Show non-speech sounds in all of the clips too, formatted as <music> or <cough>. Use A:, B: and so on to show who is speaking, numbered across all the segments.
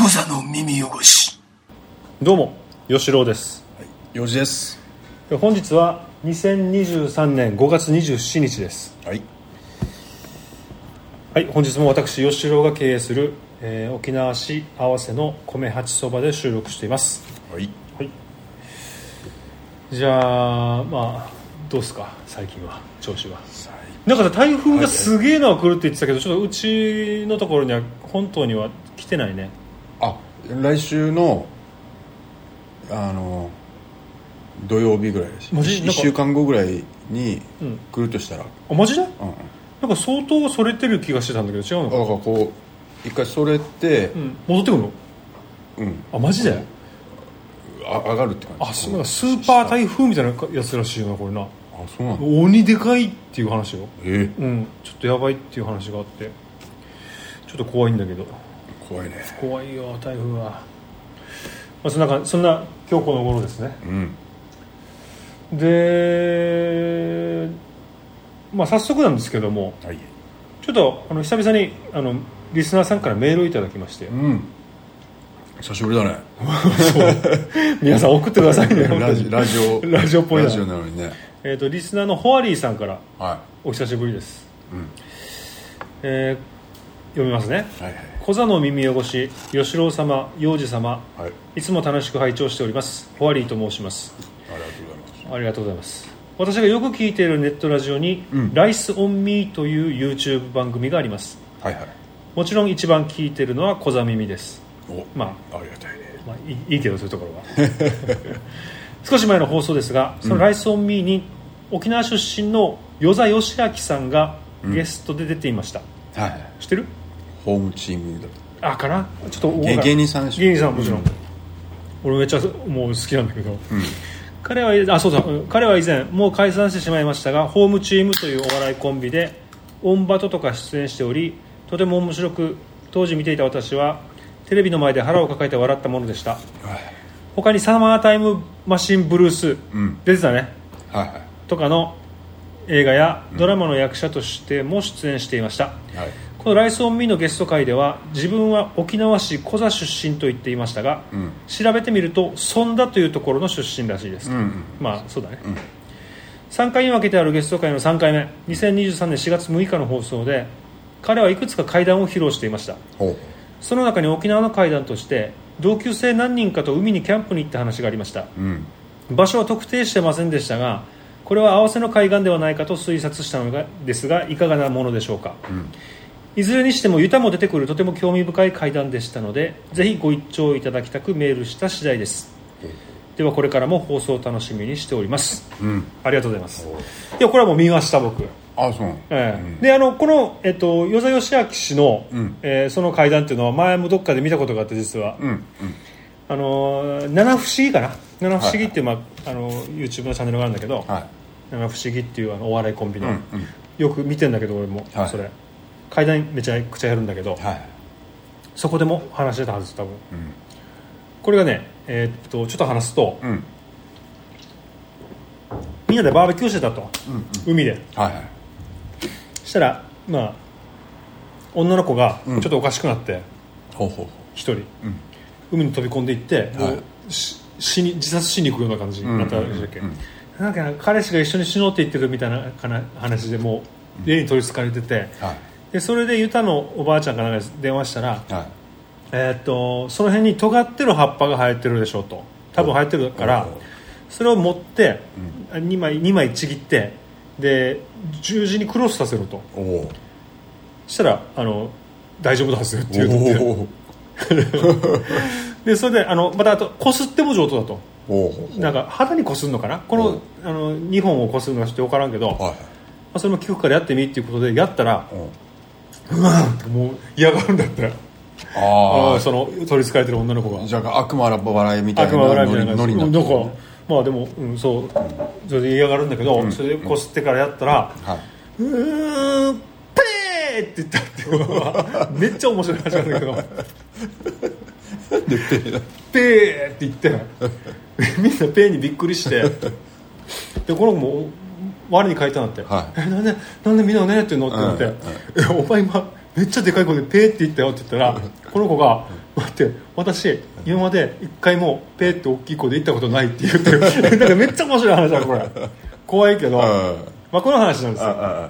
A: 無座の耳汚し
B: どうも吉郎です
A: 4時です
B: 本日は2023年5月27日です
A: はい
B: はい本日も私吉郎が経営する、えー沖縄市合わせの米八そばで収録しています
A: はい
B: はいじゃあまあどうですか最近は調子はなんかさ台風がすげえのは来るって言ってたけどちょっとうちのところには本島には来てないね
A: あ来週のあの土曜日ぐらいです
B: マジ
A: 1
B: なんか
A: 週間後ぐらいに
B: うん
A: 来るとしたら、
B: あマジで
A: うん、
B: なんか相当それてる気がしてたんだけど違うの
A: だ
B: か
A: からこう一回それって
B: う、ん、戻ってくるの
A: うん
B: あマジで
A: あ上がるって感じ
B: あそうなんかスーパー台風みたいなやつらしいよなこれな
A: あそうなの
B: 鬼でかいっていう話よ
A: え
B: うんちょっとやばいっていう話があってちょっと怖いんだけど
A: ー、怖いね
B: 怖いよ台風は、まあ、そんな感じそんな今日この頃ですね
A: うん
B: でまあ早速なんですけども
A: はい
B: ちょっとあの久々にあのリスナーさんからメールをいただき <laughs> まして、
A: うん久しぶりだね
B: <laughs> 皆さん送ってくださいね本当
A: ラジ
B: に
A: ラジオ
B: ラジオっぽいな
A: ラジオなのにね
B: えー、とリスナーのホアリーさんから
A: は
B: お久しぶりです、
A: うん
B: えー読みますね
A: いはい
B: 「小座の耳汚し吉郎様幼児様
A: はいはい
B: いつも楽しく拝聴しておりますホアリーと申します
A: ありがとうございます
B: ありがとうございます私がよく聞いているネットラジオに「
A: うん
B: ライス・オン・ミー」という YouTube 番組があります
A: はいはい
B: もちろん一番聞いているのは小座耳です
A: お
B: ま
A: ありがたいね
B: あまあいいいいけどそういうと
A: <laughs>
B: ころは少し前の放送ですがその「ライス・オン・ミー」に沖縄出身の与座義明さんがゲストで出ていました、
A: はいはい
B: 知ってる
A: ホームチームだ
B: あかなちょっと
A: 芸芸人さんでしょ
B: 芸人さんはもちろん、
A: うん
B: 俺めっちゃもう好きなんだけど、彼はあそうだうん彼は以前もう解散してしまいましたがホームチームというお笑いコンビでオンバトとか出演しておりとても面白く当時見ていた私はテレビの前で腹を抱えて笑ったものでした他に「サマータイムマシンブルース」
A: うん
B: 出てたね
A: はいはい
B: とかの映画やドラマの役者としても出演していました、
A: はい
B: このライス・オン・ミーのゲスト会では自分は沖縄市小座出身と言っていましたが、
A: ん
B: 調べてみると尊田というところの出身らしいです、
A: うん
B: まあそうだね、3回に分けてあるゲスト会の3回目2023年4月6日の放送で彼はいくつか怪談を披露していました
A: ほう
B: その中に沖縄の怪談として同級生何人かと海にキャンプに行った話がありました
A: うん
B: 場所は特定してませんでしたがこれは合わせの海岸ではないかと推察したのがですがいかがなものでしょうか、
A: ん
B: いずれにしてもユタも出てくるとても興味深い会談でしたのでぜひご一聴いただきたくメールした次第ですではこれからも放送を楽しみにしております
A: うん
B: ありがとうございますいやこれはもう見ました僕、
A: あそうなの
B: ええであのこの、えっと、与座義明氏の、
A: うん
B: えーその会談っていうのは前もどっかで見たことがあって実は、
A: うん
B: あのー七不思議かな七不思議っていう、まあ、あの YouTube のチャンネルがあるんだけど、
A: はい
B: 七不思議っていうあのお笑いコンビの、
A: うんうん
B: よく見てんだけど俺も、
A: はい
B: それ階段めちゃくちゃやるんだけど、
A: はい
B: そこでも話してたはず多分
A: うん
B: これがね、えーっとちょっと話すと
A: うん
B: みんなでバーベキューしてたと、海で
A: はいはい
B: したらまあ女の子がちょ
A: うん
B: っとおかしくなって
A: ほうほうほ
B: 一人、
A: ん
B: 海に飛び込んでいって、
A: はい
B: もうし死に自殺しに行くような感じになったわけだっけ、
A: うんうんうん
B: なんか彼氏が一緒に死のうって言ってるみたいなかな話でもう霊に取りつかれてて、
A: うはい
B: でそれでユタのおばあちゃんから電話したら、
A: はい
B: えーっとその辺に尖ってる葉っぱが生えてるでしょうと多分生えてるから
A: お
B: それを持って、2枚2枚ちぎってで十字にクロスさせろと
A: おお
B: そしたらあの大丈夫だはずよって言って
A: お
B: でそれであのまたあとこすっても上手だと
A: おお
B: なんか肌にこするのかなこ
A: お
B: の
A: う
B: あの2本をこするのはちょっと分からんけど、ま
A: はい
B: あ、それも聞くからやってみっていうことでやったら
A: うん
B: もう嫌がるんだって
A: あ
B: その取りつかれてる女の子が
A: あじゃあ悪魔ラ笑いみたいな
B: 悪魔笑いみたいな
A: ノ
B: 感
A: リ
B: じ
A: ノリ
B: う
A: に
B: ん
A: なっ
B: だか
A: てる
B: らまあでも、うん、そうそれで嫌がるんだけど、それでこすってからやったら
A: はいう
B: ーんペーって言ったっていうのはめっちゃ面白い話なんだけどペーって言って <laughs> みんなペーにびっくりしてでこの子も我に返ったなって、
A: はい
B: えなんでなんでみんなねって言うのってなって、えお前今めっちゃでかい声でペーって言ったよって言ったらこの子が、まあって私今まで一回もペーって大きい声で言ったことないって言って <laughs> るなんかめっちゃ面白い話だこれ怖いけど、
A: うん
B: まあ、この話なんですよ
A: あ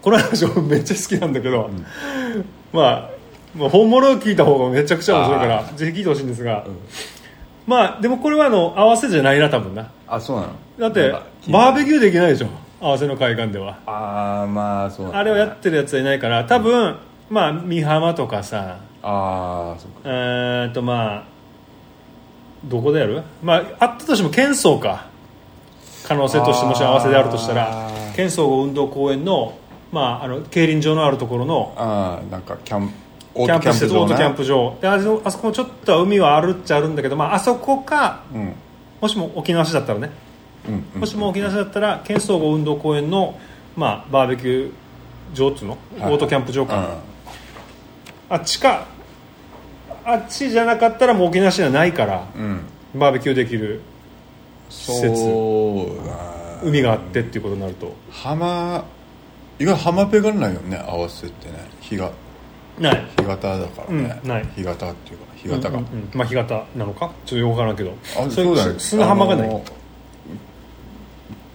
B: この話俺めっちゃ好きなんだけど、まあ、まあ本物を聞いた方がめちゃくちゃ面白いからぜひ聞いてほしいんですが、まあでもこれはあの合わせじゃないな多分な
A: あそうなの
B: だってバーベキューできないでしょ合わせの海岸では
A: ああまあそうなんだ
B: あれをやってるやつはいないから多分、まあ美浜とかさ
A: ああそっか
B: えーっとまあどこでやるまああったとしても県葬か可能性としてもし合わせであるとしたら
A: あー
B: 県葬後運動公園の,、まあ、あの競輪場のあるところの
A: ああなんかキャン
B: キ
A: オ
B: ャンプ施設オート
A: ね
B: キャンプ場であそあそこもちょっとは海はあるっちゃあるんだけど、まあ、あそこか
A: うん
B: もしも沖縄市だったらね
A: うんうん
B: もしも沖縄市だったら県総合運動公園の、まあ、バーベキュー場っつうのオ
A: はい
B: ートキャンプ場か、
A: あ
B: あっちかあっちじゃなかったらもう沖縄市にはないから
A: ーうん
B: バーベキューできる施設
A: そうだ
B: 海があってっていうことになると
A: 浜意外浜辺がないよね合わせってね日が
B: ない
A: 日潟だからね、
B: うんない
A: 日潟っていうか日潟が、
B: うんうんまあ干潟なのかちょっとよくわからんけど
A: あ
B: れ
A: そうだね
B: す砂浜がない、
A: あの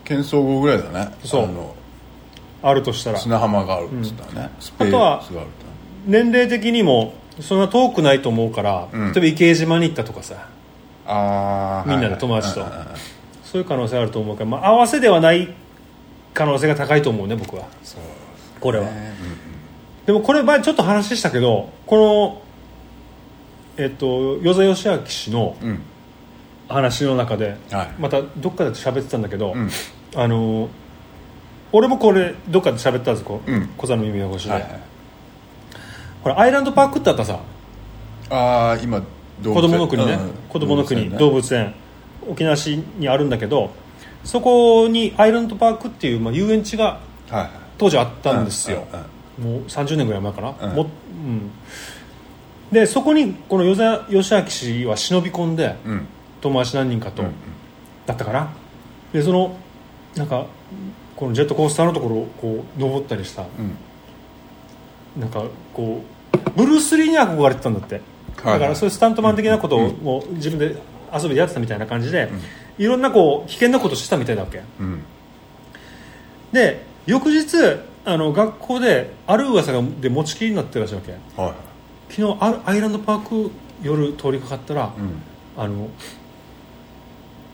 A: 県総合ぐらいだね
B: そう
A: あの
B: あるとしたら
A: 砂浜があるっつったらね、スペース
B: あと
A: があ
B: は
A: るってね
B: 年齢的にもそんな遠くないと思うから、
A: うん
B: 例えば池江島に行ったとかさ
A: あー
B: みんなで友達と
A: はいはいはいはい
B: そういう可能性あると思うから、まあ、合わせではない可能性が高いと思うね僕は
A: そう
B: これは、
A: ね
B: でもこれ前ちょっと話したけどこのえっと与座義明氏の
A: うんうん
B: 話の中で、
A: はい
B: またどっかで喋ってたんだけど、
A: うん
B: あの俺もこれどっかで喋ったんですこ、
A: うん
B: 小座の耳の越しで、
A: はいはい
B: ほらアイランドパークってあったさ
A: ああ今動
B: 子供の国ね、
A: うん
B: 子供の国
A: 園
B: 動物園,、沖縄市にあるんだけどそこにアイランドパークっていう、まあ、遊園地が
A: はいはい
B: 当時あったんですよ、
A: うんうん
B: もう30年ぐらい前かな、
A: うん
B: もうんでそこにこの与沢義明氏は忍び込んで
A: うんうん
B: 友達何人かと、
A: うんうん
B: だったかなでそのなんかこのジェットコースターのところをこう登ったりした
A: うん
B: なんかこうブルース・リーに憧れてたんだって、だからそういうスタントマン的なことをもう自分で遊びでやってたみたいな感じで、いろんなこう危険なことしてたみたいだわけ
A: うん
B: で翌日あの学校である噂がで持ちきりになってるらしいわけ
A: はい
B: 昨日あるアイランドパーク夜通りかかったら、
A: うん
B: あの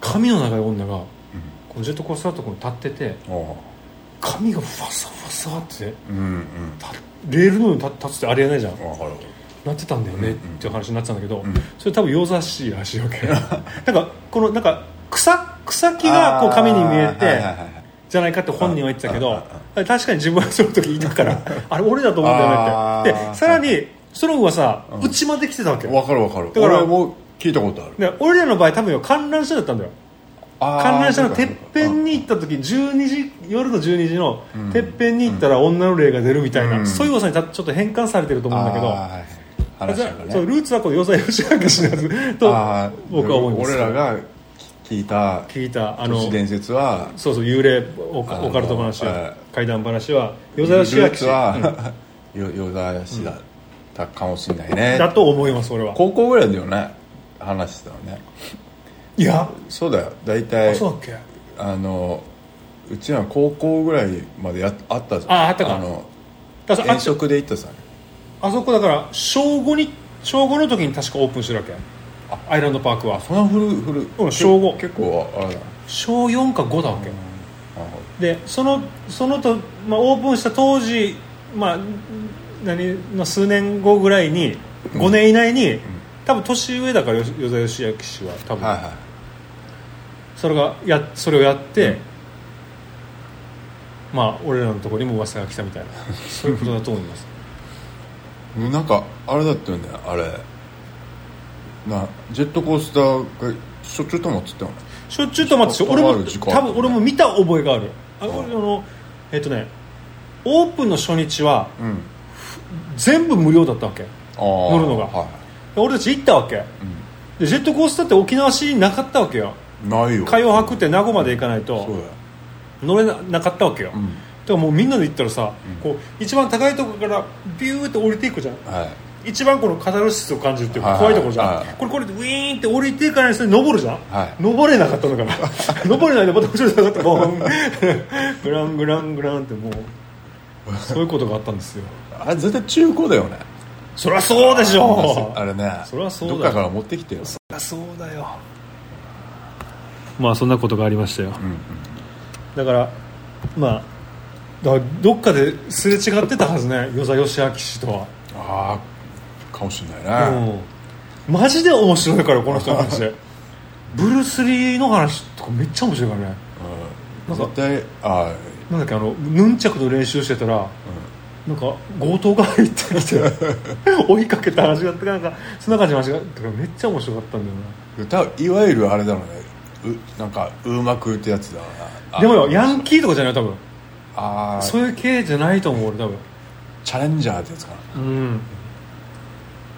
B: 髪の長い女がこのジェットコースターのところに立ってて
A: うんおう
B: 髪がふわさふわさって
A: うんうん
B: 立レールのように立立つってありえないじゃん
A: わかる
B: なってたんだよね
A: う
B: っ
A: んうん
B: ていう話になってたんだけど、
A: うん
B: それ多分洋雑誌らしい
A: <laughs>
B: わけなんかこのなんか草草木がこう髪に
A: あー
B: 見えて、
A: はいはいはいはい
B: じゃないかって本人は言ってたけ
A: あ
B: ど
A: あ
B: 確かに自分はその時いたからあれ俺だと思うんだよねって
A: あー
B: でさらにその噂
A: うん
B: うちまで来てたわけよ
A: わかるわかる
B: だから
A: 俺も聞いたことある
B: で俺らの場合多分よ観覧車だったんだよ
A: あー
B: 観覧車のてっぺん
A: うん
B: に行った時12時夜の12時の
A: うん
B: てっぺんに行ったら女の霊が出るみたいな、
A: うん
B: そういう噂にたちょっと変換されてると思うんだけど
A: あーはい話
B: じ
A: が
B: ゃ
A: ね
B: あそうルーツはこの与謝義明氏のやつと
A: あー
B: 僕は思うんです
A: 俺らが聞いた
B: 聞いたあ
A: 都
B: の
A: 市伝説は
B: そうそう幽霊オ
A: あ
B: カ
A: の
B: オカルト話
A: はい
B: 怪談話は
A: ル
B: 与謝義明
A: ー
B: 氏
A: ツは <laughs> よ与沢氏だったかもしれないね
B: だと思います俺は
A: 高校ぐらいだよね話してたのね
B: いや
A: そうだよ大体
B: そうだっけ
A: あのうちは高校ぐらいまでやっあったじゃん
B: ああったか
A: の
B: だから
A: 遠
B: そあ
A: 足で行ったさ
B: あそこだから小5に小5の時に確かオープンしてるわけアイランドパークは
A: その古古
B: うん小五
A: 結構あれだ
B: 小4か5だわけ
A: なる
B: でそのそのと、まあ、オープンした当時、まあ、何の数年後ぐらいに5年以内に、多分年上だからよ与沢義明氏は多
A: ほ
B: 分、
A: どはいはい
B: それがやそれをやって、まあ俺らのところにも噂が来たみたいなそういうことだと思います <laughs>
A: うんなんかあれだったよねあれなジェットコースターがしょっちゅう止まってたよね
B: しょっちゅうと待って
A: そ
B: て
A: う
B: 俺も
A: 関わる時間
B: 多分俺も見た覚えがあるあ
A: うん
B: 俺あのえっとねオープンの初日は
A: うん
B: 全部無料だったわけ
A: あー
B: 乗るのが
A: は
B: 俺たち行ったわけ
A: い、
B: でジェットコースターって沖縄市になかったわけよ
A: うん、ないよ
B: 海洋博って名護まで行かない
A: そう
B: と
A: だよ
B: 乗れななかったわけよ、
A: うん
B: だからもうみんなで行ったらさ、こう一番高いところからビューって降りていくじゃん
A: はい
B: 一番このカタルシスを感じるっていう
A: は
B: か
A: い
B: 怖いところじ
A: はい
B: ゃんこれこれでウィーンって降りていかないと登るじゃん、
A: はい
B: 登れなかったのか
A: <laughs>
B: な登れないでまた後ろに下がってもうグラングラングランっても
A: <laughs>
B: うそういうことがあったんですよ
A: あれ絶対中古だよね
B: そりゃそうでしょ
A: あれね
B: そりゃそうだ
A: ど
B: よ
A: っかから持ってきてよ
B: あそうだよまあそんなことがありましたよ、だからまあだからどっかですれ違ってたはずね与座義明氏とは、
A: ああかもしんないね
B: うん、マジで面白いからこの人の話ブルース・リーの話とかめっちゃ面白いからね
A: うん
B: なんか
A: 絶対ああ
B: なんだっけあのヌンチャクの練習してたら、なんか強盗が入って
A: <laughs>
B: きて追いかけた話があってなんかそんな感じの話があったからめっちゃ面白かったんだよな、
A: 多分いわゆるあれだろうねうなんかうまくってやつだろうなあ
B: でもよヤンキーとかじゃない多分
A: ああ
B: そういう系じゃないと思う俺多分
A: チャレンジャーってやつかな
B: うん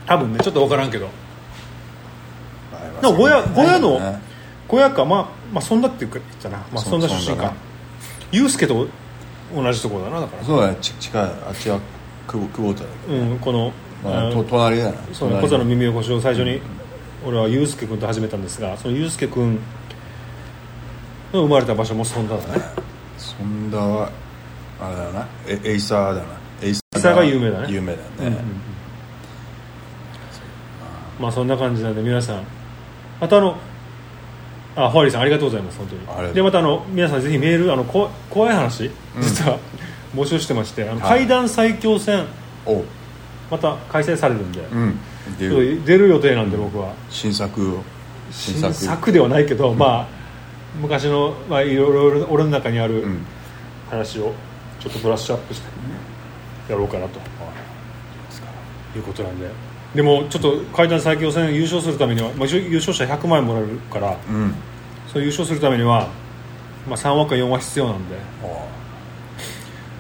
B: 多分ねちょっと分からんけど
A: で
B: で
A: も
B: も
A: ゴ
B: ゴ
A: ヤ
B: ヤ
A: ゴ
B: ゴ
A: ヤ
B: ヤ
A: の
B: の小屋かまあまあそんだっていうか言ったな、まあ、
A: そ
B: そんな出
A: そ
B: 身
A: んだ
B: か
A: な
B: ユースケと同じところだなだから
A: そうだねち近いあっちは久保久保田だけ
B: うんこの、
A: ど、まあ、
B: あ
A: と隣だよね
B: そうね
A: 隣
B: 小座の耳汚しを最初に俺はユースケ君と始めたんですがそのユースケ君の生まれた場所もそんだだね
A: そんだはあれだよなえエイサーだよなエイサ
B: エイサーが有名だね
A: 有名だよね、
B: まあそんな感じなんで皆さんまたあのあホワイリーさんありがとうございます本
A: あ
B: 当
A: れ
B: にでまたあの皆さんぜひメールあのこ怖い話実は、 <laughs> 募集してましてあの、
A: はい
B: 階段最強戦
A: おう
B: また開催されるんで、
A: うん
B: ちょっ
A: で
B: と出る予定なんで僕は
A: 新作を新
B: 新
A: 作
B: 作ではないけど、まあ昔の、まあ、いろいろ俺の中にある
A: うん
B: 話をちょっとブラッシュアップしてやろうかなということなんででもちょっと階段最強戦優勝するためには、まあ、優勝者100万円もらえるから
A: うん
B: その優勝するためには、まあ、3話か4話必要なんで
A: おう
B: も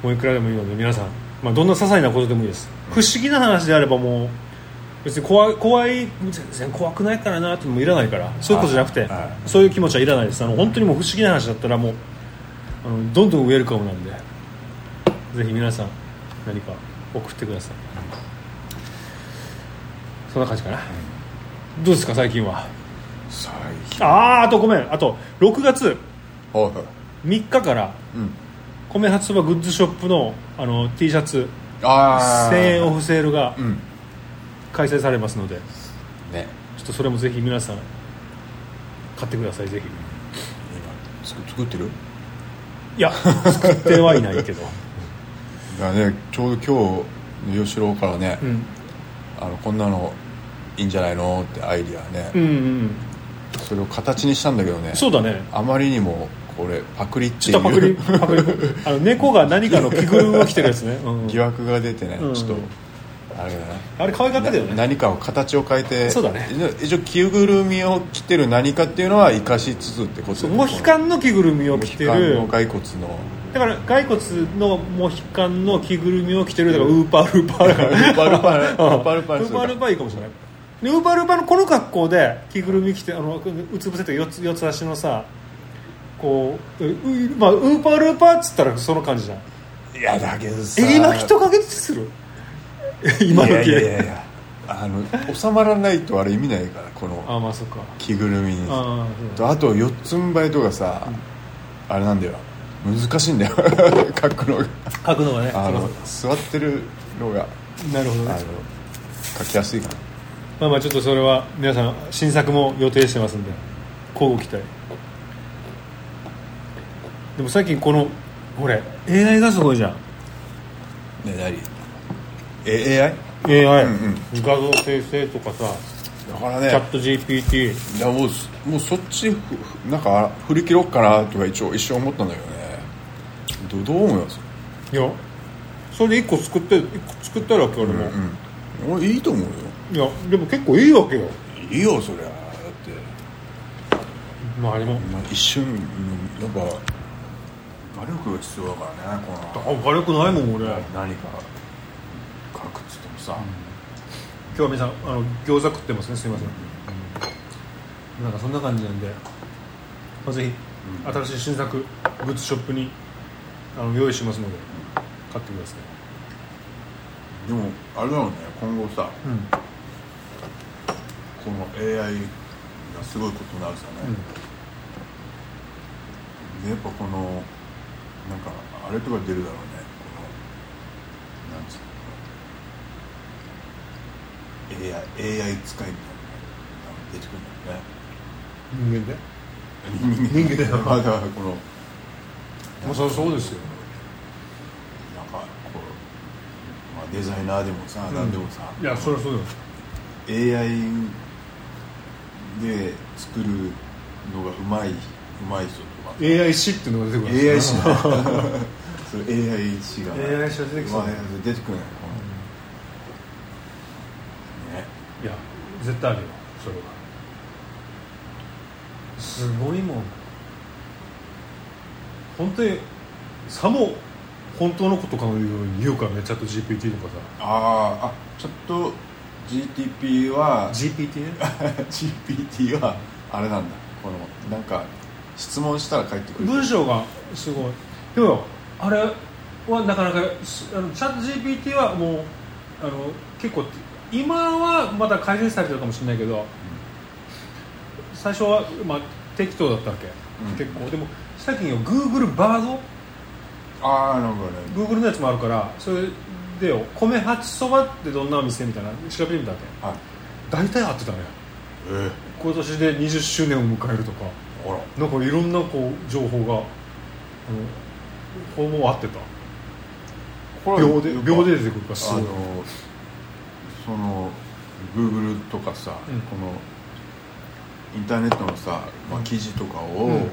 B: ういくらでもいいので皆さん、まあ、どんな些細なことでもいいです不思議な話であればもう別に怖い怖い全然怖くないからなっていうのもいらないからそういうことじゃなくて
A: はいは
B: そういう気持ちはいらないですあの本当にもう不思議な話だったらもうあのどんどんウェルカムなんでぜひ皆さん何か送ってくださいそんな感じかなどうですか最近は
A: 最近
B: あああとごめんあと6月
A: おう
B: 3日から
A: うん
B: 米発売グッズショップのあの T シャツ
A: ああ
B: 1000円オフセールが
A: うん
B: 開催されますので
A: ね
B: ちょっとそれもぜひ皆さん買ってくださいぜひ
A: 今作作ってる
B: いや作ってはいないけど、
A: だからねちょうど今日吉郎からね、
B: うん、
A: あのこんなのいいんじゃないのってアイディアね、
B: うんうん
A: それを形にしたんだけどね
B: そうだね
A: あまりにもこれパクリって
B: ち
A: い
B: ょっとパクリ
A: う
B: パクリあの猫が何かの着ぐるみを着てるやつね、うん
A: <laughs> 疑惑が出てね、
B: うん
A: ちょっとあれだな
B: あれ可愛かったけど
A: な
B: ね
A: 何かを形を変えて
B: そうだね
A: 一応着ぐるみを着てる何かっていうのは生かしつつってことだよね
B: モヒカンの着ぐるみを
A: モヒ
B: 着て
A: カン
B: る
A: の骸骨の
B: だから骸骨のモヒカンの着ぐるみを着てるだからウーパールーパーだから
A: ルパルパル
B: うん
A: ルパルパル
B: ウーパールーパーいいかもしれないでウーパールーパーのこの格好で着ぐるみ着てあのうつ伏せというか四つ四つ足のさこうううまあ、ウーパールーパーっつったらその感じじゃん
A: いやだけどさ
B: 襟巻きとかけする今
A: い
B: の
A: やい
B: 時
A: やいやいやあの収まらないとあれ意味ないからこ
B: あ
A: の
B: あまあそっか
A: 着ぐるみに
B: ああそうだ
A: とあと四つん這いとかさ、あれなんだよ難しいん <laughs> だよ書くのが
B: 書くのがね
A: あの
B: そ
A: 座ってるのが
B: うなるほど
A: あの
B: ね
A: 書きやすいかな
B: まあまあちょっとそれは皆さん新作も予定してますんで交互期待でも最近このこれ AI がすごいじゃん
A: ね何え AI?
B: AI、
A: うん
B: 画像生成とかさ
A: だから
B: チャ
A: ね
B: ット GPT
A: いやもうすもうそっちふなんか振り切ろうかなとか一応一瞬思ったんだけどねどどう思います
B: いやそれで1個作って一個作ったらけ俺も、
A: うん俺いいと思うよ
B: いやでも結構いいわけよ
A: いいよそりゃだって、
B: まああれも
A: まあ、一瞬うんやっぱ魔力が必要だからねこの
B: 悪くないもん俺
A: 何か書くっつってもさ、
B: 今日は皆さんあの餃子食ってますねすいません、なんかそんな感じなんで、まあ、ぜひ、新しい新作グッズショップにあの用意しますので買ってください
A: でもあれだろうね今後さ
C: うん
A: この AI がすごいことになるさね、でやっぱこのなんかあれとか出るだろうねこのなんつうの AI, AI 使いみたいなのが出てくるんだよね
B: 人間で
A: 人間だよ <laughs> まだこの
B: まあそりゃそうですよ
A: なんかこう、まあ、デザイナーでもさ、なんでもさ
B: いやそりゃそうだよ
A: AI で作るのがうまいうまい人とか
B: AI 師っていうのが出てくるんですよ
A: AI <laughs> 師
B: <laughs>
A: それ AI 師が
B: AI 師が出てきそう
A: まあ出てくるねこのね
B: いや絶対あるよそれはすごいもん本当にさも本当のことかのように言うからねチャット GPT とか
A: あーあちょっと GTP は <laughs>
B: さ GPT ね
A: GPT はあれなんだこのなんか質問したら返ってくる
C: 文
A: 章
C: 章がすごい
B: でもあれはなかなかすあのチャット GPT はもうあの結構今はまだ改善されてるかもしれないけど、最初は、まあ、適当だったわけ、
A: うん
B: 結構でも最近よ Google バード
A: ああなんかね
B: Google のやつもあるからそれでよ米八そばってどんなお店みたいな調べてみたわけ
A: はい
B: 大体合ってたね
A: えー、
B: 今年で20周年を迎えるとか
A: あら
B: なんかいろんなこう情報があの訪問合ってた
A: こ
B: 秒で
A: やっぱ
B: 秒で出てくるからす
A: あ
B: ごい
A: のそのグーグルとかさ、
B: うん
A: このインターネットのさ、まあ、記事とかを、
B: ん
A: もう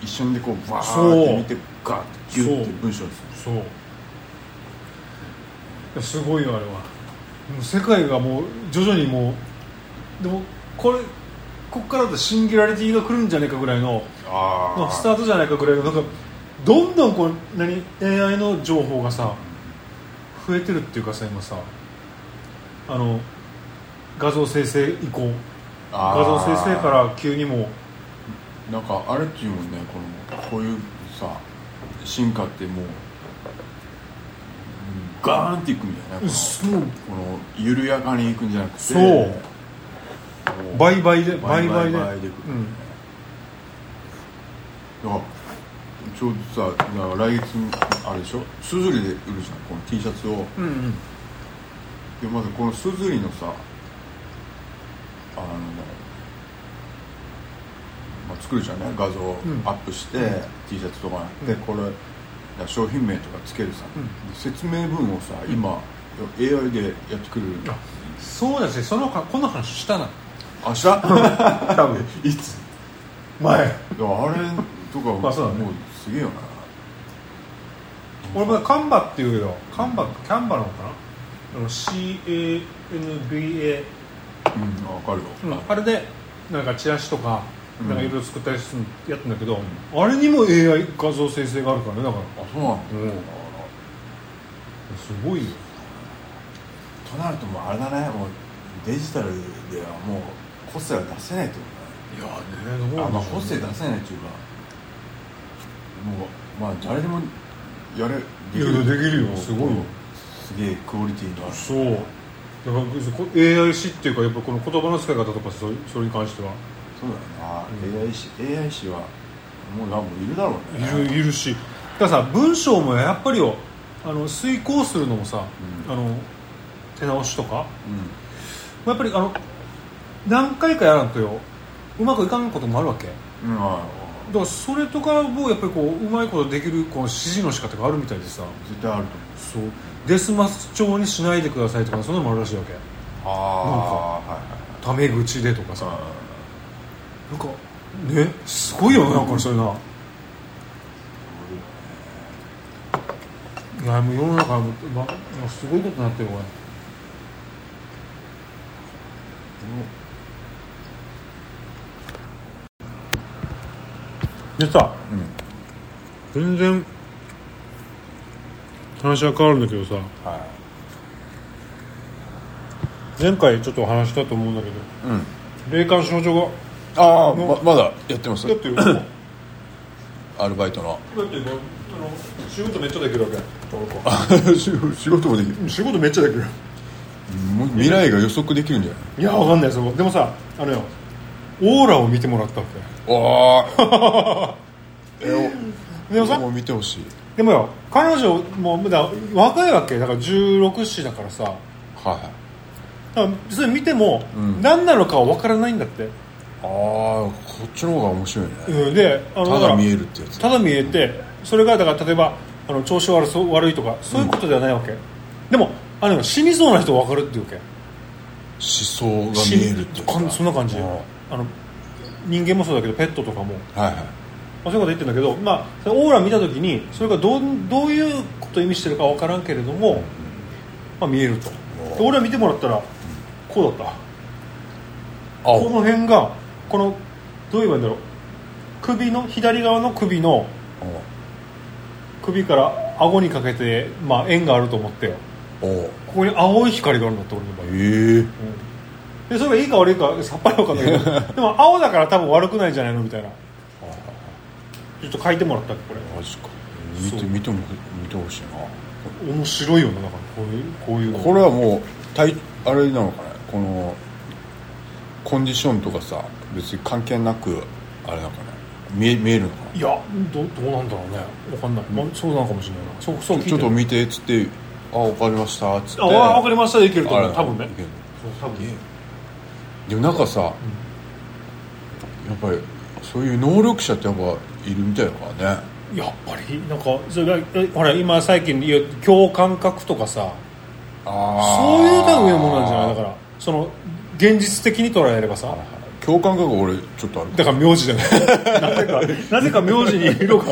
A: 一瞬でこうバ
B: そう
A: ーって見てガーってギュって
B: そう
A: 文章にする
B: そういやすごいよあれはもう世界がもう徐々にもうでもこれこっからだとシンギュラリティが来るんじゃないかぐらいの
A: あ
B: まあ、スタートじゃないかぐらいのなんかどんどんこう何 AI の情報がさ増えてるっていうかさ今さあの画像生成以降画像生成から急にもう
A: なんかあれっていうもんねこのこういうさ進化ってもうガーンっていくんだよね
B: そう
A: このこの緩やかにいくんじゃなくて
B: そう
A: こう
B: 倍々で
A: 倍
B: 倍
A: 々
B: 々
A: で
B: で
A: うんだからちょうどさだから来月あれでしょスズリで売るじゃんこの T シャツを
B: うんうん
A: でまずこのスズリのさあの、まあ、作るじゃんね画像を
B: ん
A: アップして、T シャツとかで、
B: うん
A: これ商品名とかつけるさ、
B: うん
A: で説明文をさ今 AI でやってくれる
B: あそうだしその他この話したな
A: 明日
B: <laughs> 多分
A: <laughs> いつ
B: 前
A: いやあれとか
B: まあそうだね
A: もうすげえよな
B: 俺まだカンバっていうけどカンバキャンバなのかなあの CANVA
A: うんわかるよ、
B: うんあれでなんかチラシとか
A: うん
B: なんかいろいろ作ったりするやってんだけど、あれにも AI 画像生成があるからねだか
A: あそうなの、
B: う
A: あ
B: ん
A: ら
B: らすごいよ
A: となるともうあれだねもうデジタルではもう個性は出せないってこ
B: いや
A: と
B: ね
A: ねあまあ個
B: 個
A: 性
B: 性
A: 出せないっていうかもうまあ誰でもやれで
B: いやいやできるよすごいよ
A: すげえクオリティのある
B: そうだからこ AI 知っていうかやっぱこの言葉の使い方とかそれそれに関しては
A: そうだよな、AI 師 AI 師はもう多分いるだろうね
B: いるいるしだからさ文章もやっぱりよあの遂行するのもさ、
A: うん
B: あの手直しとか
A: うん
B: やっぱりあの何回かやらんとようまくいかんこともあるわけ
A: うんあ
B: だからそれとかもやっぱりこううまいことできるこの指示の仕方があるみたいでさ
A: 絶対あると
B: そうデスマス調にしないでくださいとかそんなのもあるらしいわけ
A: 思うああはいはい
B: タメ口でとかさ
A: あ
B: なんかねすごいよななんかそれな
A: ー
B: いやもう世の中はもう、ま、もうすごいことになってるこれでさ
A: うん
B: 全然話は変わるんだけどさ
A: は
B: 前回ちょっとお話したと思うんだけど
A: い、うん
B: 霊感症状が
A: ああままだやってます
B: だってよだって
A: <coughs> アルバイトの
B: あの仕事めっちゃできるわけ俺は
A: あ仕事もできる
B: 仕事めっちゃできる
A: もう未来が予測できるんじゃない
B: いやわかんないですよでもさあのよオーラを見てもらったわけ
A: おーえ
B: でも
A: お
B: さ
A: もう見てほしい
B: でもよ彼女もまだ若いわけだから16歳だからさだ
A: はいはい
B: からそれ見ても
A: うん
B: 何なのかは分からないんだって、
A: ああこっちの方が面白いね
B: うん、であの
A: た
B: か
A: だ
B: ら
A: 見えるってやつ
B: ただ見えてそれがだから例えばあの調子悪そう悪いとかそういうことではないわけ、でもあの死にそうな人分かるっていうわけ
A: 思想が
B: 死
A: 見えるっていうか
B: そんな感じ
A: あー
B: あの人間もそうだけどペットとかも、
A: はいはい
B: まあ、そういうこと言ってるんだけど、まあ、そのオーラ見た時にそれがどうどういうことを意味してるか分からんけれども、まあ、見えると
A: お
B: で俺は見てもらったらこうだったこ
A: 青
B: の辺がこのどう言えばいいんだろう首の左側の首の首から顎にかけて、まあ、円があると思ってよ
A: おお
B: ここに青い光があるんだって俺の場合、
A: ええ
B: でそれがいいか悪いかさっぱりわかんない
A: <laughs>
B: けどでも青だから多分悪くないんじゃないのみたいなちょっと書いてもらったっけこ
A: マジか見
B: そう
A: て見ても見てほしいな
B: れ面白いよねだからこういうこういうの
A: これはもうたいあれなのかねこのコンディションとかさ別に関係なくあれなのかね見え見えるのか
B: いやどどうなんだろうねわかんない、まあ、そうなのかもしれないなそうそう
A: な
B: 聞いて
A: ちょっと見てっつってあわかりましたっつって
B: あわわかりましたでいけると
A: あれ
B: 思う多分ね
A: いける
B: そう多分
A: でもなんかさ、やっぱりそういう能力者ってやっぱいるみたいだからね
B: やっぱりなんかそれがえほら今最近言う共感覚とかさそういう類のものなんじゃないだからその現実的に捉えればさ
A: ら共感覚俺ちょっとある
B: だから名字じゃないなぜかなぜか名字に色が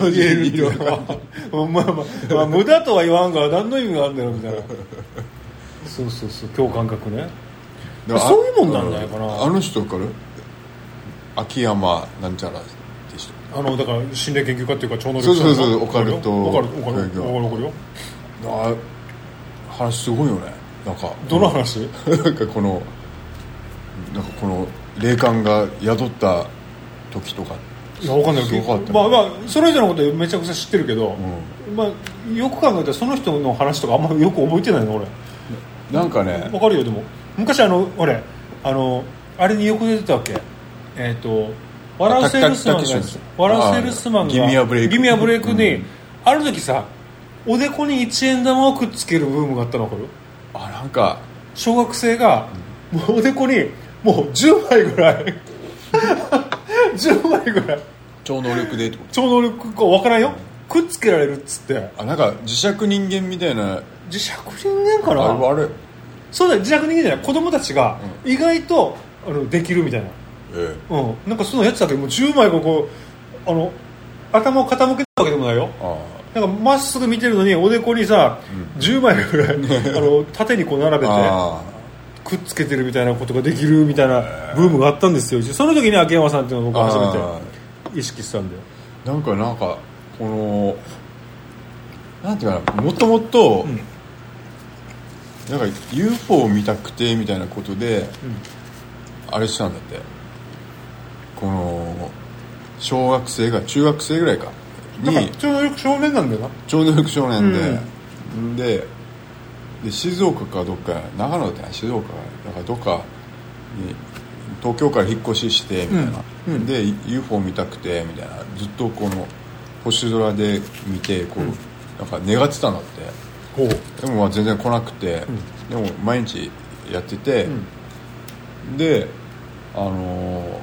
A: 名字に色が
B: まあまあ、まあ、無駄とは言わんが何の意味があるんだよみたいなそうそうそう共感覚ね
A: だから
B: そういうもんなんじゃないかな
A: あの人わかる秋山なんちゃらでし
B: あのだから心霊研究家っていうか超能力
A: そうそうそうオカルト
B: 分かる分か
A: 勉
B: る分かる
A: 強
B: 分かるよ
A: たあ話すごいよねなんか
B: どの話、
A: なんかこのなんかこの霊感が宿った時とか
B: いやわかんないけ
A: すごかった
B: どまあまあそれ以上のことはめちゃくちゃ知ってるけど、まあ、よく考えたらその人の話とかあんまよく覚えてないの俺
A: なんかね
B: わかるよでも昔あの俺あのあれによく出てたわけえっ、と「笑うセールスマン
A: た
B: が
A: たたけし」の
B: 笑うセールスマンが
A: あーギミアブレイク
B: ギミアブレイクに、
A: うん
B: ある時さおでこに一円玉をくっつけるブームがあったのわかる
A: あなんか
B: 小学生がもうおでこにもう10枚ぐらい10枚ぐらい
A: 超能力でってこと
B: 超能力かわからんよくっつけられるっつって
A: あなんか磁石人間みたいな
B: 磁石人間かな
A: あれあれ
B: そうだよ自虐人間じゃない子供たちが意外と、あのできるみたいな、
A: え
B: うん、なんかそのやつだけもう10枚ここあの頭を傾けたわけでもないよ
A: えあ
B: なんかまっすぐ見てるのにおでこにさ、10枚ぐらいあの縦にこう並べて
A: あ
B: くっつけてるみたいなことができるみたいなブームがあったんですよその時に秋山さんっていうのを僕初め
A: あ
B: て意識したんだよ
A: あなんかなんかこのなんていうかなもともと、
B: ん
A: なんか UFO を見たくてみたいなことで、あれしたんだってこの小学生が中学生ぐらいか
B: だから
A: に
B: 超能力少年なんだよな
A: 超能力少年で、んでで静岡かどっか長野だったかな静岡かだからどっかに東京から引っ越ししてみたいな、
B: うんうん
A: で UFO 見たくてみたいなずっとこの星空で見てこう、なんか願ってたんだって
B: ほう
A: でもまあ全然来なくて、でも毎日やってて、であのー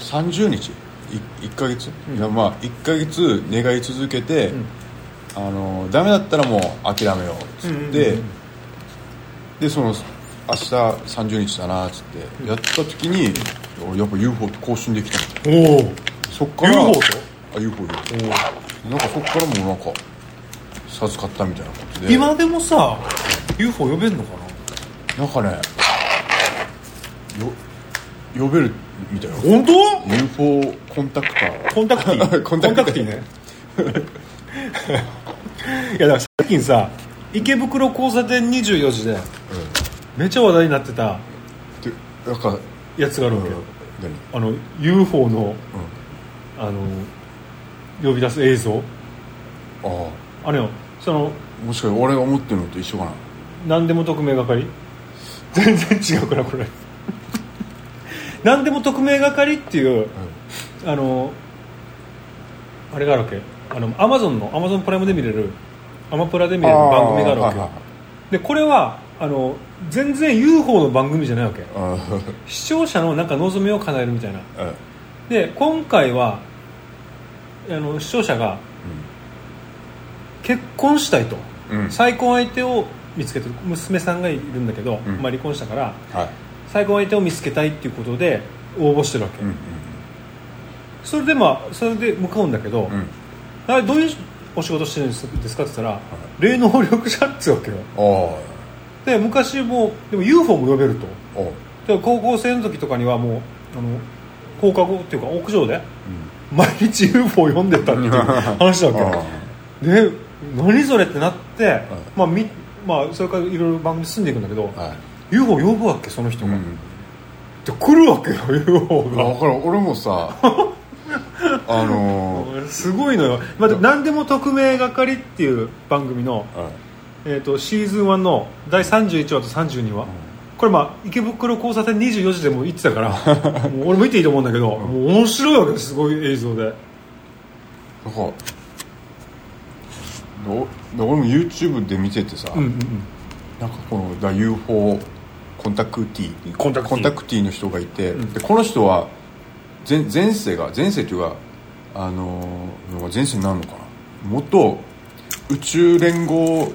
A: 30日い1ヶ月、いやまあ1ヶ月願い続けて、あのーダメだったらもう諦めようっつって、でその明日30日だなっつってやった時に、俺やっぱ UFO と交信できたの
B: おお
A: そっから
B: UFO と
A: あ UFO よなんかそっからもうなんか授かったみたいなことで
B: 今でもさ UFO 呼べんのか
A: な
B: な
A: んかねよ呼べるみたいな
B: 本当
A: UFO コンタクター
B: コンタクティ
A: <laughs>
B: ー
A: コンタクティー
B: ね <laughs> いやだからさっきさ池袋交差点24時で、めっちゃ話題になってた
A: ってなんか
B: やつがあるわけよ、
A: 何
B: あの UFO の、あの呼び出す映像
A: あ
B: あれよその
A: もしかして俺が思ってるのと一緒かな
B: 何でも匿名係全然違うからこれ <laughs> 何でも匿名係っていう、あのあれがあるわけあのアマゾンのアマゾンプライムで見れるアマプラで見れる番組があるわけ、
A: あ
B: でこれはあの全然 UFO の番組じゃないわけ
A: ーはいはいはい
B: 視聴者のなんか望みを叶えるみたいな
A: あーうん
B: で今回はあの視聴者が結婚したいと、
A: うん
B: 再婚相手を見つけてる娘さんがいるんだけど、
A: うん
B: まあ、離婚したから
A: はい
B: 再婚相手を見つけたいっていうことで応募してるわけ、
A: うんうん
B: それでまあそれで向かうんだけど、
A: うん
B: あれどういうお仕事してるんですかって言ったら、霊能力者って言うわけよ
A: あー
B: で昔もでも UFO も呼べると
A: あー
B: で高校生の時とかにはもうあの放課後っていうか屋上で毎日 UFO を読んでたってい
A: <laughs>
B: う話だ
A: うんあ
B: わけで何それってなって、まあみまあ、それからいろいろ番組進んでいくんだけど、
A: ーはい
B: UFO 呼ぶわけその人
A: う
B: が、
A: ん
B: で来るわけよ UFO
A: あ分
B: が
A: かる俺も
B: <laughs>
A: さあの
B: すごいのよ、まあ、で何でも匿名係っていう番組の、
A: ーはい
B: えー、とシーズン1の第31話と32話、これまあ池袋交差点24時でも行ってたから <laughs> もう俺も見ていいと思うんだけど、もう面白いわけですすごい映像で
A: なんかど俺も YouTube で見ててさ、
B: うんうん
A: なんかこのだ UFO コンタクティ
B: コンタクティ
A: の人がいて、でこの人は前前世が前世というか、あのー前世になるのかな元宇宙連合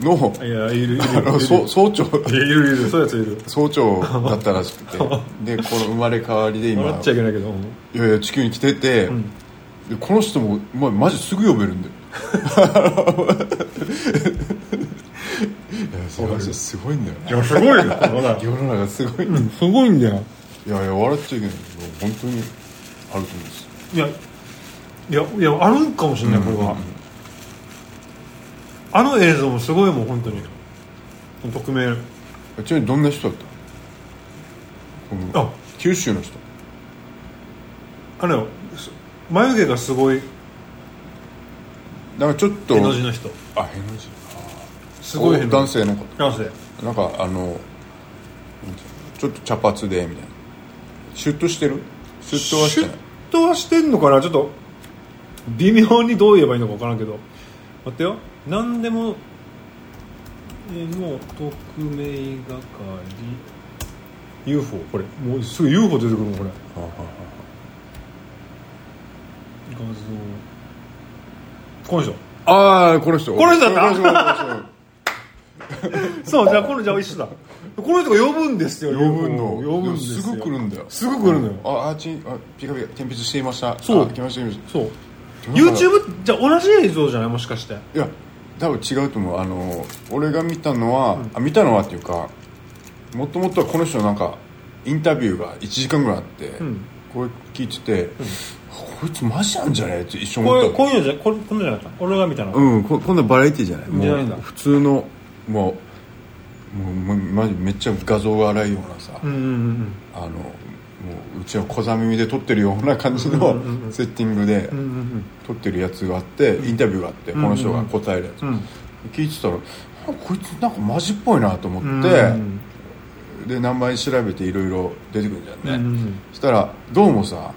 A: の
B: うんいやいるいる <laughs> いる
A: あのそう <laughs> 総長 <laughs>
B: いやいるいるそういうやついる
A: 総長だったらしく
B: <laughs>
A: てでこの生まれ変わりで今
B: 笑っちゃいけないけど
A: いやいや地球に来てて、でこの人も、ま、マジすぐ呼べる
B: <laughs>
A: んだよいやそれマジですごいんだよね
B: いやすごいよほ <laughs> ら
A: 世の中すごい、い
B: すごいんだよ
A: やいや笑っちゃいけないけど本当にあると思うんですよ
B: いやいやいやあるんかもしれないこれは、あの映像もすごいもん本当に匿名
A: ちなみにどんな人だった
B: あ
A: の九州の人
B: あれよす眉毛がすごい
A: なんかちょっと
B: 絵の字の人
A: あへの字
B: すごい
A: 男
B: 性
A: 性の方
B: 男性
A: なんかあのちょっと茶髪でみたいなシュッとしてるシュッとはしてない
B: シュッとはしてんのかなちょっと微妙にどう言えばいいのか分からんけど待ってよ何でも、えーもう匿名係 UFO これもうすぐ UFO 出てくるもんこれ
A: ああ
B: 画像この人
A: ああこの人
B: この人だった
A: この
B: そうじゃあこのじゃあ一緒だこの人が呼ぶんですよ
A: 人呼ぶの
B: 呼ぶんです
A: す
B: よ
A: ぐ来るんだよ
B: すぐ来るのよ
A: ああちんあピカピカ鉛筆していました
B: そう
A: あ来ました来まし
B: そう
A: た
B: YouTube じゃあ同じ映像じゃないもしかして
A: いや多分違うと思うあの俺が見たのは、あ見たのはっていうかもともとはこの人のなんかインタビューが1時間ぐらいあって、
B: ん
A: これ聞いてて、こいつマジなんじゃねって一瞬
B: こう
A: 思
B: い
A: っ
B: う
A: た
B: こういうのじゃこれこんなじゃなかった俺が見たの、
A: うんこ今度バラエティじゃないもう
B: じゃないんだ
A: 普通のもうもうもうマジめっちゃ画像が荒いようなさ、
B: うんうんうん
A: あのもううちの小座耳で撮ってるような感じのセッティングで
B: うんうん
A: 撮ってるやつがあってインタビューがあってこの人が答えるやつ
B: うんうん
A: 聞いてたらあこいつなんかマジっぽいなと思
B: うん
A: ってで何倍調べていろいろ出てくるじゃ
B: うん
A: ね
B: ん
A: そしたらどうもさ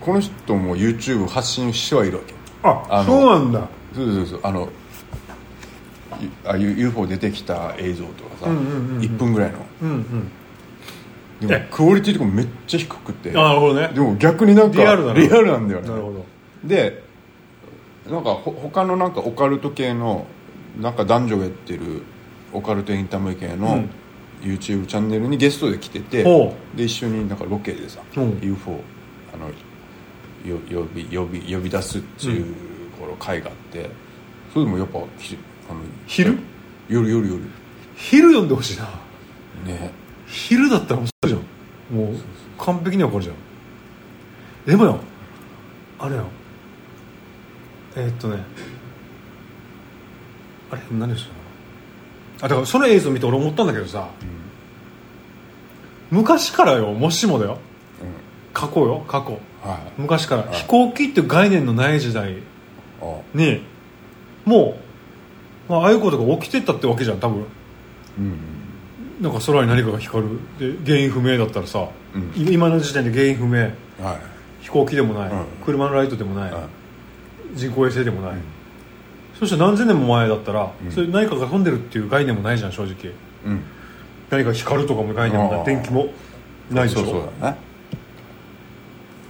A: この人も YouTube 発信してはいるわけ
B: あ
A: あの
B: そうなんだ
A: そうそうそうあのいあ U- UFO 出てきた映像とかさ
B: うんうんうんうん
A: 1分ぐらいの
B: うんうん
A: でも
B: え
A: クオリティとかもめっちゃ低くて
B: あなるほどね
A: でも逆になんか
B: リアルだな
A: なんだよね
B: なるほど
A: でなんかほ他のなんかオカルト系のなんか男女がやってるオカルトエンタメ系
B: う
A: の
B: ん
A: YouTube チャンネルにゲストで来てて、
B: ほ
A: で一緒になんかロケでさ、
B: うん
A: UFO あのよ呼び呼び呼び出すっていう頃会があって、それでもやっぱひあの
B: 昼
A: 夜夜夜
B: 昼読んでほしいな
A: ね
B: 昼だったらもうそうじゃんもう完璧にはこれじゃんでもよあれよえーっとねあれ何でしたかなあだからその映像見て俺思ったんだけどさ、昔からよもしもだよ過去よ過去
A: はい
B: 昔から
A: い
B: 飛行機っていう概念のない時代
A: あ
B: にもうまあ、ああいうことが起きてったってわけじゃん多分
A: うん
B: なんか空に何かが光るで原因不明だったらさ、
A: うん
B: い今の時点で原因不明
A: うんはい
B: 飛行機でもない、
A: うん
B: 車のライトでもない、
A: は
B: 人工衛星でもない、そして何千年も前だったら、
A: うん
B: それ何かが飛んでるっていう概念もないじゃん正直
A: いうん
B: 何か光るとかも概念もな
A: あ
B: い
A: ー
B: 電気もないでしょ
A: そうそうだね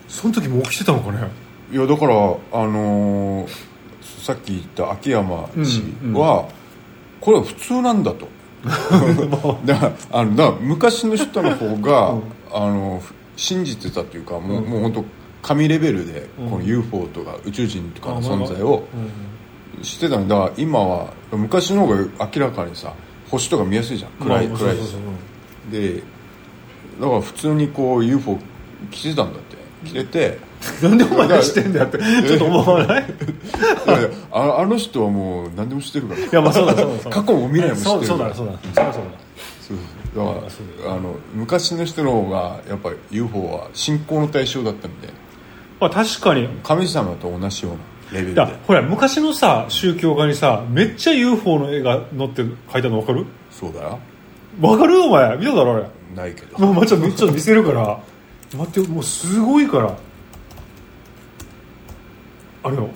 B: その時も起きてたのかね
A: いやだからあのーさっき言った秋山氏
B: うん
A: は、これは普通なん
B: <laughs>
A: だとだからあのだから昔の人の方が、
B: <laughs>
A: あの信じてたというかもう,、もう本当神レベルで、この UFO とか宇宙人とかの存在を知ってたんだから今は昔の方が明らかにさ星とか見やすいじゃん暗い、
B: まあ
A: 暗い
B: そうそうそううん
A: でだから普通にこう UFO 来てたんだって来てて、
B: なんでお前が知ってんだよってちょっと思わない
A: いやいやああの人はもう何でも知ってるから
B: いやまあそうだそうだそうだ
A: 過去も未来も知
B: そ
A: っ
B: う
A: てる
B: そう
A: か
B: だ
A: ら
B: そうだそうだそうだ
A: そうそうだからあの昔の人の方がやっぱり UFO は信仰の対象だったんで
B: まあ確かに
A: 神様と同じようなレベル
B: い
A: で
B: やほら昔のさ宗教画にさめっちゃ UFO の絵が載ってる書いたの分かる
A: そうだよ
B: 分かるお前見ただろあれ
A: ないけど
B: まあ、まあ、ちょっとちょっと見せるから待ってもうすごいからあれよ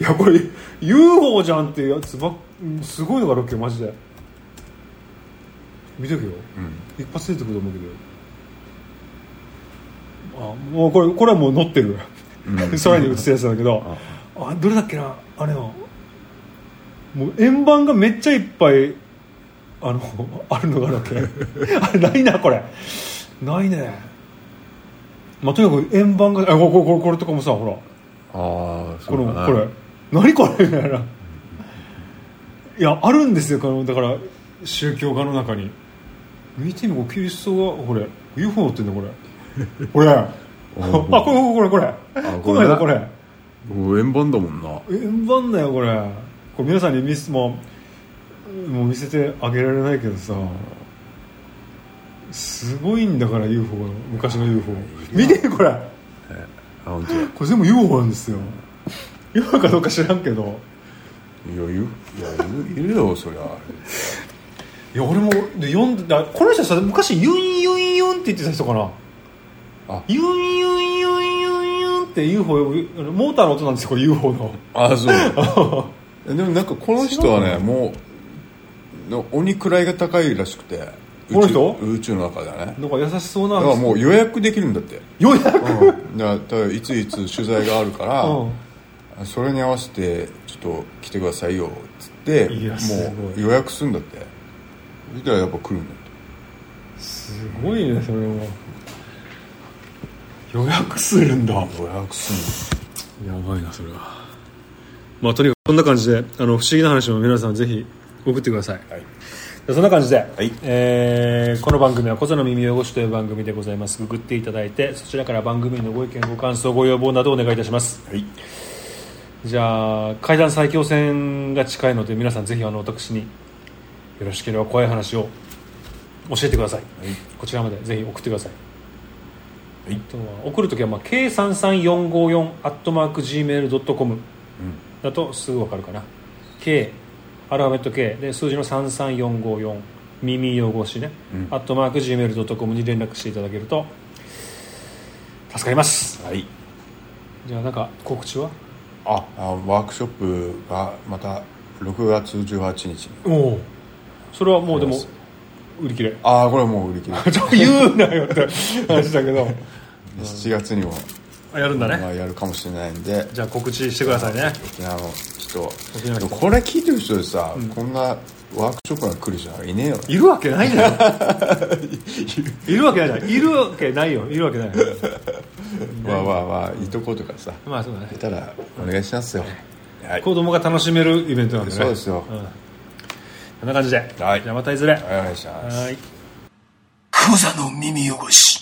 B: いやこれ UFO じゃんっていうやつばっうんすごいのがロケマジで見とけよ
A: うん
B: 一発出てくると思うけどあもうこれこれはもう乗ってる、空に映ってるやつなんだけどあどれだっけなあれのもう円盤がめっちゃいっぱいあの <laughs> あるのがあるわけあれないなこれないねまあとにかく円盤があこれこれこれこれとかもさほら
A: ああそ
B: こ
A: う
B: の
A: だな
B: これ何これみたいないやあるんですよこのだから宗教家の中に見てみこうキリストがこれ UFO 乗ってんだこれこれあこれこれこれこれこ
A: これね
B: れこれ
A: お円盤だもんな
B: 円盤だよこれこれ皆さんに見せもうもう見せてあげられないけどさすごいんだから UFO が昔の UFO 見てこれ
A: あ本当だ
B: これ全部 UFO なんですよ UFO かどうか知らんけど
A: いやいるいやいるいるよそりゃあ
B: いや俺もで読んだこの人さ昔ユンユンユンって言ってた人かな
A: あ
B: ユンユンユンユンユンって UFO 呼ぶあのモーターの音なんですよこれ UFO の
A: あ
B: <laughs>
A: あそうでもなんかこの人はねもうの鬼位が高いらしくて宇宙
B: この人
A: 宇宙の中ではね
B: なんか優しそう
A: だ
B: な
A: からもう予約できるんだって
B: ようやく
A: うん、だからいついつ取材があるから、
B: う
A: それに合わせてちょっと来てくださいよっつって
B: いや
A: も
B: すごいう
A: 予約するんだってそしたらやっぱ来るんだって
B: んすごいねそれも予約するんだや
A: 予約す
B: ばいなそれはまあとにかくそんな感じであの不思議な話も皆さんぜひ送ってください
A: るんだはい
B: でそんな感じで、
A: い
B: えーこの番組は「小座の耳汚し」という番組でございますググっていただいてそちらから番組のご意見ご感想ご要望などお願いいたします
A: はい
B: じゃあ階段最強戦が近いので皆さんぜひあの私によろしければ怖い話を教えてください、こちらまでぜひ送ってください、
A: はい
B: あとは送るときは、まあ、K33454 アットマーク Gmail.com だとすぐわかるかな K アルファベット K で数字の33454耳汚しね、
A: うん
B: アットマーク Gmail.com に連絡していただけると助かります
A: はい
B: じゃあなんか告知は
A: ああワークショップがまた6月18日に
B: おおそれはもうでも
A: あります
B: 売り切れ <laughs>
A: ああこれはもう売り切れ
B: ちょっと言うなよって話だけど
A: 7月にも、
B: あ <laughs> やるんだ
A: ま
B: ね
A: あ、やるかもしれないんで
B: じゃあ告知してくださいね
A: 沖縄の人
B: 沖縄の人
A: でもこれ聞いてる人でさ、こんなワークショップが来る人はいねえよ
B: いるわけないじゃ <laughs> んいるわけないじゃんいるわけないよいるわけない
A: わあわあわあいとことかさ
B: まあそうだね
A: いたらお願いしますよはい
B: 子供が楽しめるイベントなんでね
A: そうですよ
B: んこんな感じで、
A: はい
B: じゃあまたいずれ、
A: お願いします
B: はい
D: クザの耳汚し。